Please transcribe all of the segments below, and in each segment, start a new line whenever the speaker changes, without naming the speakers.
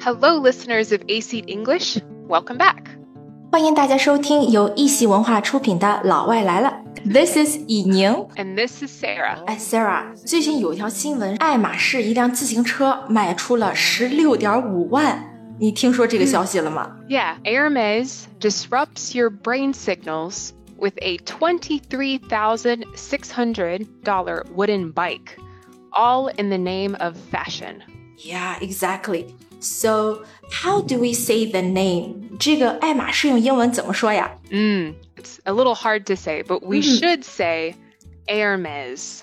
Hello, listeners of A Seat English. Welcome back.
欢迎大家收听由一席文化出品的《老外来了》，This is 以宁。
And this is Sarah.
哎，Sarah，最近有一条新闻，爱马仕一辆自行车卖出了十六点五万，你听说这个消息了吗？
Yeah, Hermes disrupts your brain signals with a $23,600 wooden bike, all in the name of fashion.
Yeah, exactly. So, how do we say the name? 这个爱马仕用英文怎么说呀？
Mm, it's a little hard to say, but we
Mhm.
should say Hermes.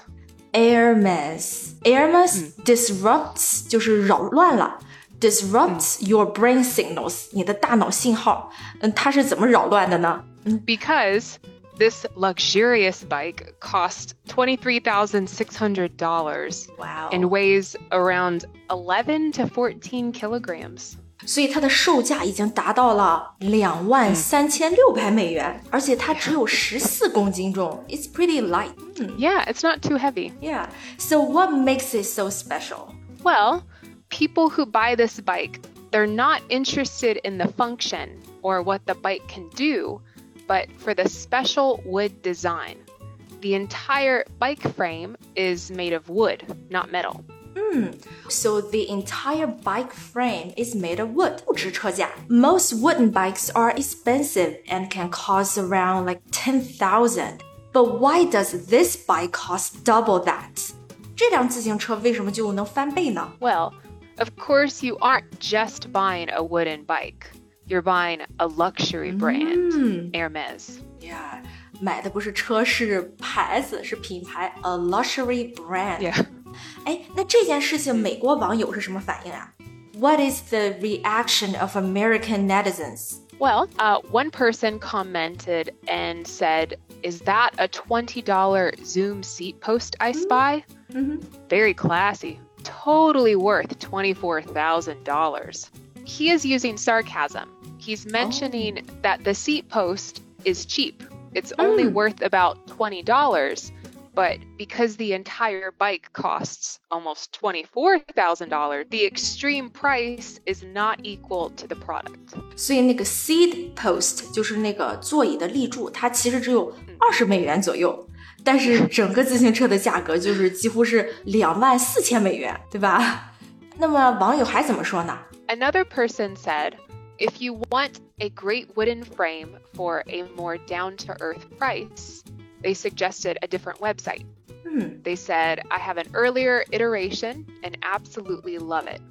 Hermes. Hermes disrupts 就是扰乱了，disrupts your brain signals 你的大脑信号。嗯，它是怎么扰乱的呢？
Because this luxurious bike cost $23,600
哇哦
and weighs around 11 to 14 kilograms.
所以它的售价已经达到了两万三千六百美元，而且它只有十四公斤重，It's pretty light.
Yeah, it's not too heavy.
Yeah. So what makes it so special?
Well, people who buy this bike, they're not interested in the function or what the bike can do, but for the special wood design. The entire bike frame is made of wood, not metal.
So the entire bike frame is made of wood. 不止车架。Most wooden bikes are expensive and can cost around like ten thousand. But why does this bike cost double that? 这辆自行车为什么就能翻倍呢？
Well, of course, you aren't just buying a wooden bike. You're buying a luxury brand,
嗯
Hermes.
Yeah，买的不是车，是牌子，是品牌，a luxury brand。
Yeah.
哎，那这件事情，美国网友是什么反应啊？What is the reaction of American netizens？
Well, uh, one person commented and said, Is that a $20 Zoom seat post I spy? Very classy. Totally worth $24,000. He is using sarcasm. He's mentioning that the seat post is cheap. It's only worth about $20, but because the entire bike costs almost $24,000, the extreme price is not equal to the product.
所以那个 seat post 就是那个座椅的立柱，它其实只有二十美元左右，但是整个自行车的价格就是几乎是两万四千美元，对吧？那么网友还怎么说呢？
Another person said, if you want a great wooden frame for a more down to earth price, they suggested a different website.
嗯
They said, I have an earlier iteration and absolutely love it.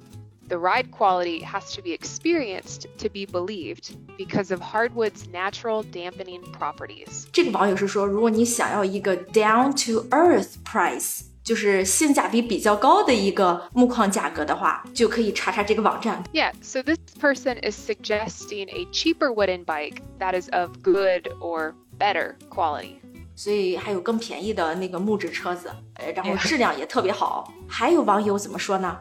The ride quality has to be experienced to be believed because of hardwood's natural dampening properties.
这个网友是说，如果你想要一个 down to earth price，就是性价比比较高的一个木框价格的话，就可以查查这个网站。
Yeah, so this person is suggesting a cheaper wooden bike that is of good or better quality.
所以还有更便宜的那个木质车子，呃，然后
哎呀
质量也特别好。还有网友怎么说呢？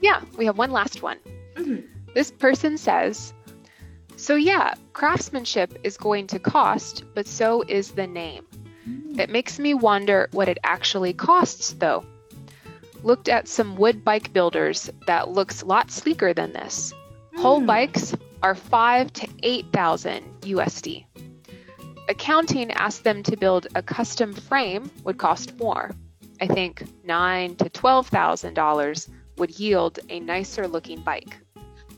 Yeah, we have one last one.
Mhm.
This person says, So, yeah, craftsmanship is going to cost, but so is the name. It makes me wonder what it actually costs, though. Looked at some wood bike builders that looks a lot sleeker than this. Whole bikes are five to eight thousand USD. Accounting asked them to build a custom frame would cost more. I think nine to twelve thousand dollars would yield a nicer looking bike.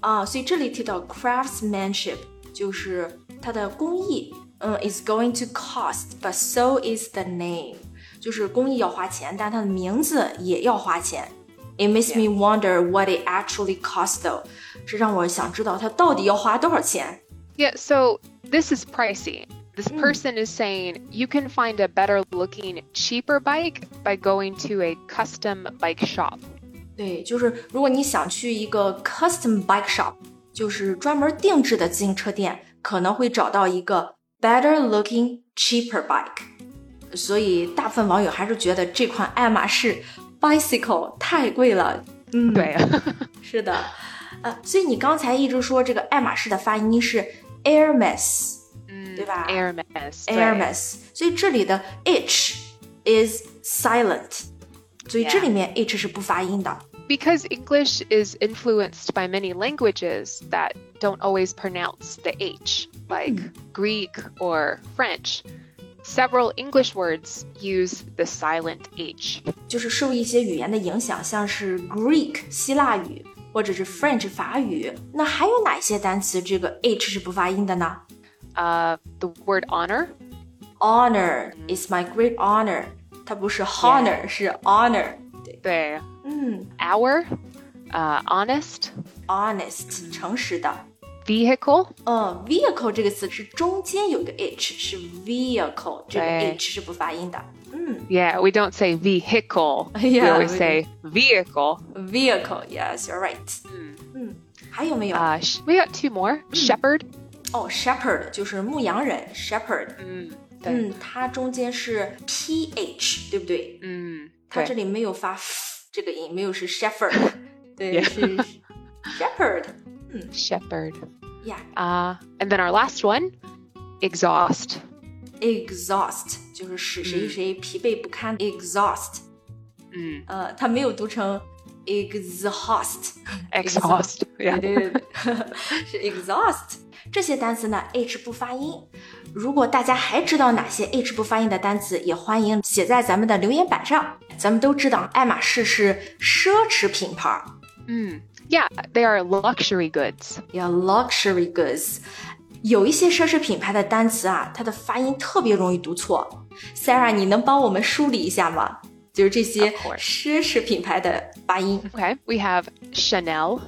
啊，所以这里提到 craftsmanship 就是它的工艺，嗯，is going to cost，but so is the name，就是工艺要花钱，但它的名字也要花钱。It makes me wonder what it actually costs though，是让我想知道它到底要花多少钱。
Yeah, so this is pricey. This person is saying you can find a better looking, cheaper bike by going to a custom bike shop.
对，就是如果你想去一个 custom bike shop，就是专门定制的自行车店，可能会找到一个 better looking cheaper bike。所以大部分网友还是觉得这款爱马仕 bicycle 太贵了。
Hmm.
嗯，， 是的，呃，所以你刚才一直说这个爱马仕的发音是 Hermes，对吧
Hermes. 对
Hermes，所以这里的 h is silent，所以这里面 h 是不发音的。
because English is influenced by many languages that don't always pronounce the H, like Greek or French, several English words use the silent H.
就是受一些语言的影响，像是 Greek 希腊语或者是 French 法语。那还有哪些单词这个 H 是不发音的呢
Uh, the word honor,
？Honor is my great honor，它不是 honor 是 honor。
the
嗯
hour, uh, honest,
，honest 诚实的。
vehicle,
呃，vehicle 这个词是中间有一个 h，是 vehicle 这个
对
h 是不发音的。嗯
Yeah, we don't say vehicle. we
Yeah,
always
we
say vehicle.
，vehicle，yes，you're right。
嗯
嗯，还有没有？
Uh, sh- we got two more.
Hmm.
Shepherd.
哦，shepherd 就是牧羊人，shepherd。
Mm, 对，
嗯，它中间是 ph，对不对？
嗯，
它
对。
这里没有发 f 这个音，没有是 shepherd，对，
Yeah
是 shepherd
shepherd.
Yeah.
Uh, and then our last one, exhaust.
exhaust 就是使谁谁疲惫不堪，exhaust，
嗯，
呃，它没有读成 exhaust，
Exhaust. Yeah.
对对对 对，是 exhaust。这些单词呢，h 不发音。如果大家还知道哪些 h 不发音的单词，也欢迎写在咱们的留言板上。咱们都知道，爱马仕是奢侈品牌儿
Mm. Yeah, they are luxury goods.
要 luxury goods。有一些奢侈品牌的单词啊，它的发音特别容易读错。Sarah，你能帮我们梳理一下吗？就是这些
Of course.
奢侈品牌的发音。
Okay, we have Chanel.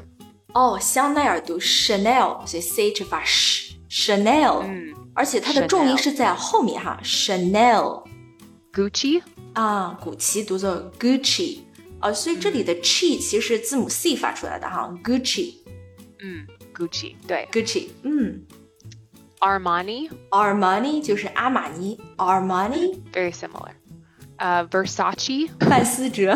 哦，香奈儿读 Chanel，所以 ch 发 sh Chanel，、
嗯
而且它的重音
Chanel
是在后面哈，Chanel
Gucci.
啊，古奇读作 Gucci 啊，所以这里
嗯
的 chi 其实是字母 c 发出来的哈，Gucci
Mm. Gucci. 对。
Gucci，嗯
Armani.
，Armani 就是阿玛尼，Armani
Very similar. Uh, Versace.
范思哲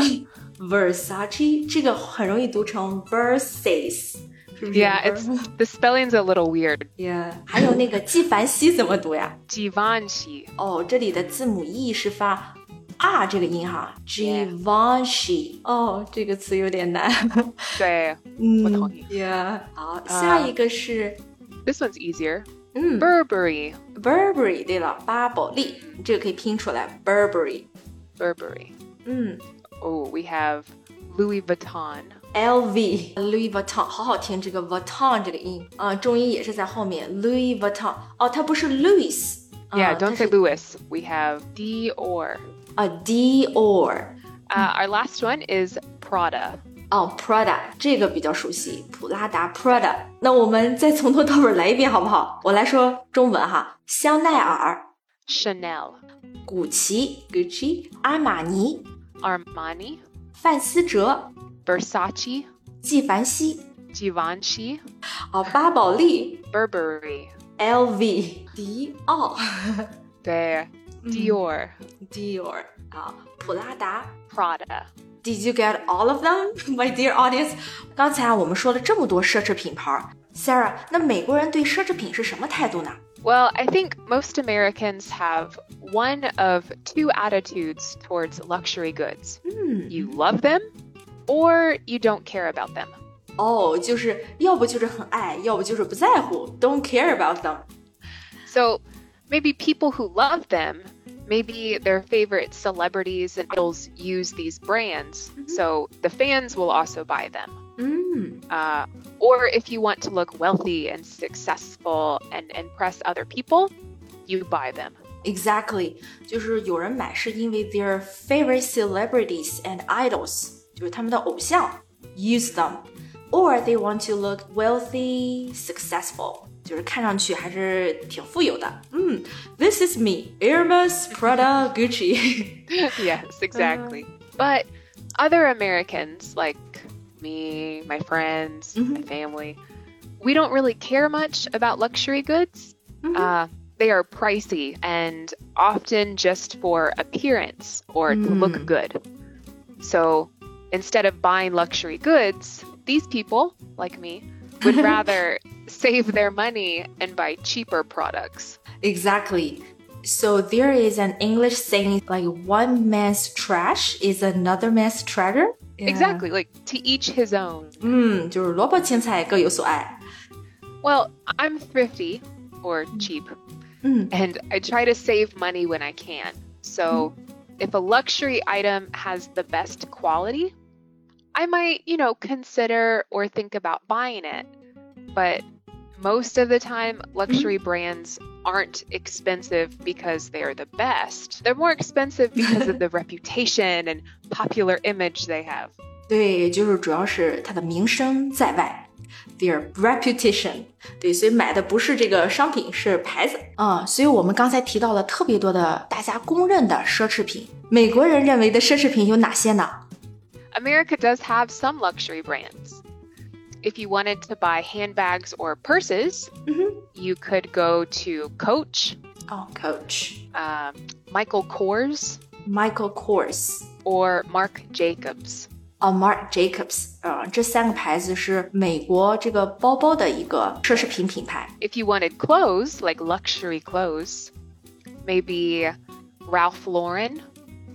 ，Versace 这个很容易读成 Versace，是不是
Yeah, it's the spelling's a little weird.
yeah，还有那个纪梵希怎么读呀？
Givenchy.
哦，这里的字母 e 是发 r 这个音哈
Yeah
，Givenchy。哦，这个词有点 难。嗯
不同意
Yeah。好，
啊
下一个是
This one's easier.
嗯
Burberry.
Burberry。对了，巴宝莉，这个可以拼出来 Burberry。
Burberry.
嗯
Oh, we have Louis Vuitton.
，LV Louis Vuitton，好好听这个 Vuitton 这个音啊，重音也是在后面 Louis Vuitton。哦，它不是 Louis。
Yeah,
啊
don't say Louis. We have Dior.
啊，Dior。
Uh, our last one is Prada.
哦，Prada 这个比较熟悉，普拉达 Prada。那我们再从头到尾来一遍好不好？我来说中文哈，香奈儿、
Chanel,
古奇 Gucci、阿玛尼、
Armani,
范思哲、
Versace,
纪梵希、
Givenchy,
哦巴宝莉、
Burberry,
LV、迪奥、
对, Dior,
Dior 啊，普拉达
Prada.
Did you get all of them, my dear audience？刚才啊，我们说了这么多奢侈品牌儿，Sarah，那美国人对奢侈品是什么态度呢？
Well, I think most Americans have one of two attitudes towards luxury goods.
嗯，
You love them or you don't care about them.
哦，就是要不就是很爱，要不就是不在乎，don't care about them。
So maybe people who love them, maybe their favorite celebrities and idols use these brands. So the fans will also buy them.
嗯
Uh, or if you want to look wealthy and successful and impress other people, you buy them.
，exactly，就是有人买是因为 their favorite celebrities and idols，就是他们的偶像，use them，or they want to look wealthy, successful，就是看上去还是挺富有的。嗯，this is me, Hermes, Prada, Gucci 。
yes, exactly. But other Americans, like me, my friends, my family, we don't really care much about luxury goods.
Mm-hmm.
Uh, they are pricey and often just for appearance or to look good. So instead of buying luxury goods, these people, like me, would rather save their money and buy cheaper products.
Exactly. So there is an English saying like one man's trash is another man's treasure. Yeah.
Exactly, like to each his own.
嗯，就是萝卜青菜各有所爱。
Well, I'm thrifty or cheap,
嗯
and I try to save money when I can. So if a luxury item has the best quality, I might, you know, consider or think about buying it. But most of the time, luxury brands aren't expensive because they're the best. They're more expensive because of the reputation and popular image they have.
对，就是主要是它的名声在外，their reputation。对，所以买的不是这个商品，是牌子啊、所以我们刚才提到了特别多的大家公认的奢侈品。美国人认为的奢侈品有哪些呢？
America does have some luxury brands. If you wanted to buy handbags or purses, you could go to Coach,
哦、c o a c h
um, Michael Kors,
Michael Kors。
or Marc Jacobs.
啊、m a r c Jacobs，啊、这三个牌子是美国这个包包的一个奢侈品品牌。
If you wanted clothes, like luxury clothes, maybe Ralph Lauren,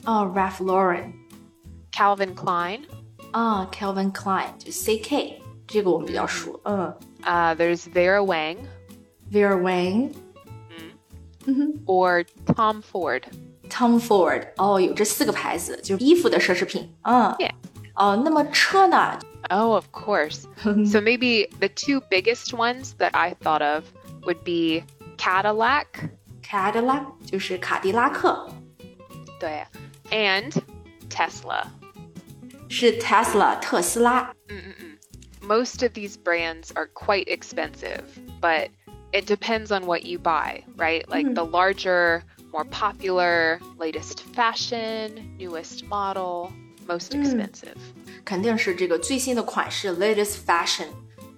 啊、r a l p h Lauren，
Calvin Klein.
啊、c a l v i n Klein，就 CK，这个我们比较熟。嗯
Uh, there's Vera Wang
，Vera Wang，
or Tom Ford.
嗯 Tom Ford，哦，有这四个牌子，就是衣服的奢侈品。嗯
Yeah.，
哦，那么车呢？
Oh, of course.
Mm-hmm.
so maybe the two biggest ones that I thought of would be Cadillac
凯迪拉就是卡迪拉克，
对, and Tesla.
是 Tesla 特斯拉。
Most of these brands are quite expensive, but it depends on what you buy, right? Like the larger, more popular, latest fashion, newest model, most expensive.
肯定是这个最新的款式 （latest fashion,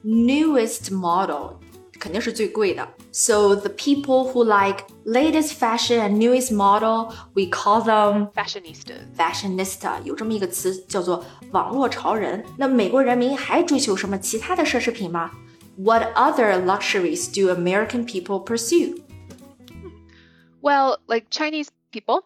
newest model），肯定是最贵的。So the people who like latest fashion and newest model, we call them
Fashionistas.
fashionista。有这么一个词叫做网络潮人。那美国人民还追求什么其他的奢侈品吗？What other luxuries do American people pursue？
Well, like Chinese people,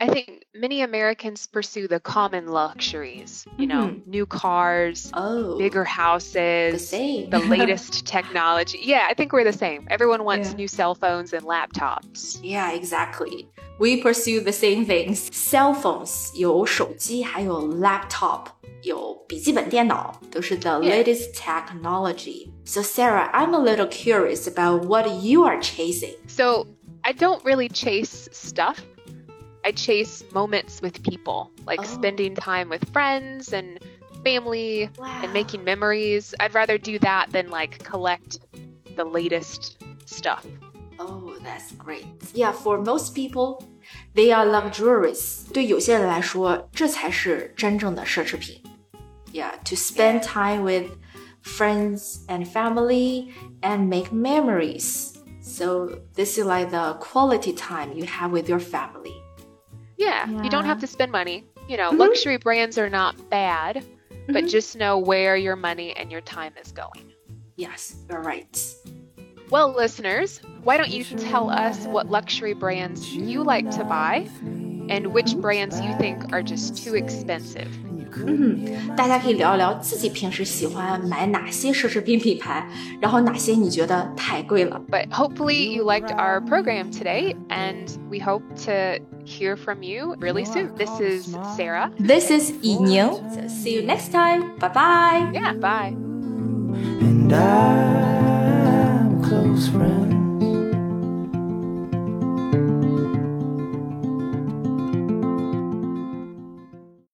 I think many Americans pursue the common luxuries, you know, new cars,
哦、
bigger houses,
The same.
the latest technology. Yeah, I think we're the same. Everyone wants
Yeah.
new cell phones and laptops.
Yeah, exactly. We pursue the same things. Cell phones 有手机，还有 laptop 有笔记本电脑，都是 the
Yeah.
latest technology. So Sarah, I'm a little curious about what you are chasing.
So I don't really chase stuff. I chase moments with people, like
Oh.
spending time with friends and family
Wow.
and making memories. I'd rather do that than like collect the latest stuff.
Oh, that's great. Yeah, for most people, they are luxurious. 对有些人来说，这才是真正的奢侈品。Yeah, to spend time with friends and family and make memories. So this is like the quality time you have with your family.
Yeah, you don't
Yeah. Mm-hmm.
have to spend money. You know, luxury brands are not bad, but just know where your money and your time is going.
Yes, you're right.
Well, listeners, why don't you tell us what luxury brands you like to buy and which brands you think are just too expensive?
大家可以聊一聊自己平时喜欢买哪些奢侈品品牌，然后哪些你觉得太贵了。
But hopefully, you liked our program today, and we hope to hear from you really soon. This is Sarah.
This is 以宁 So see you next time. Bye bye.
Yeah, bye.
and I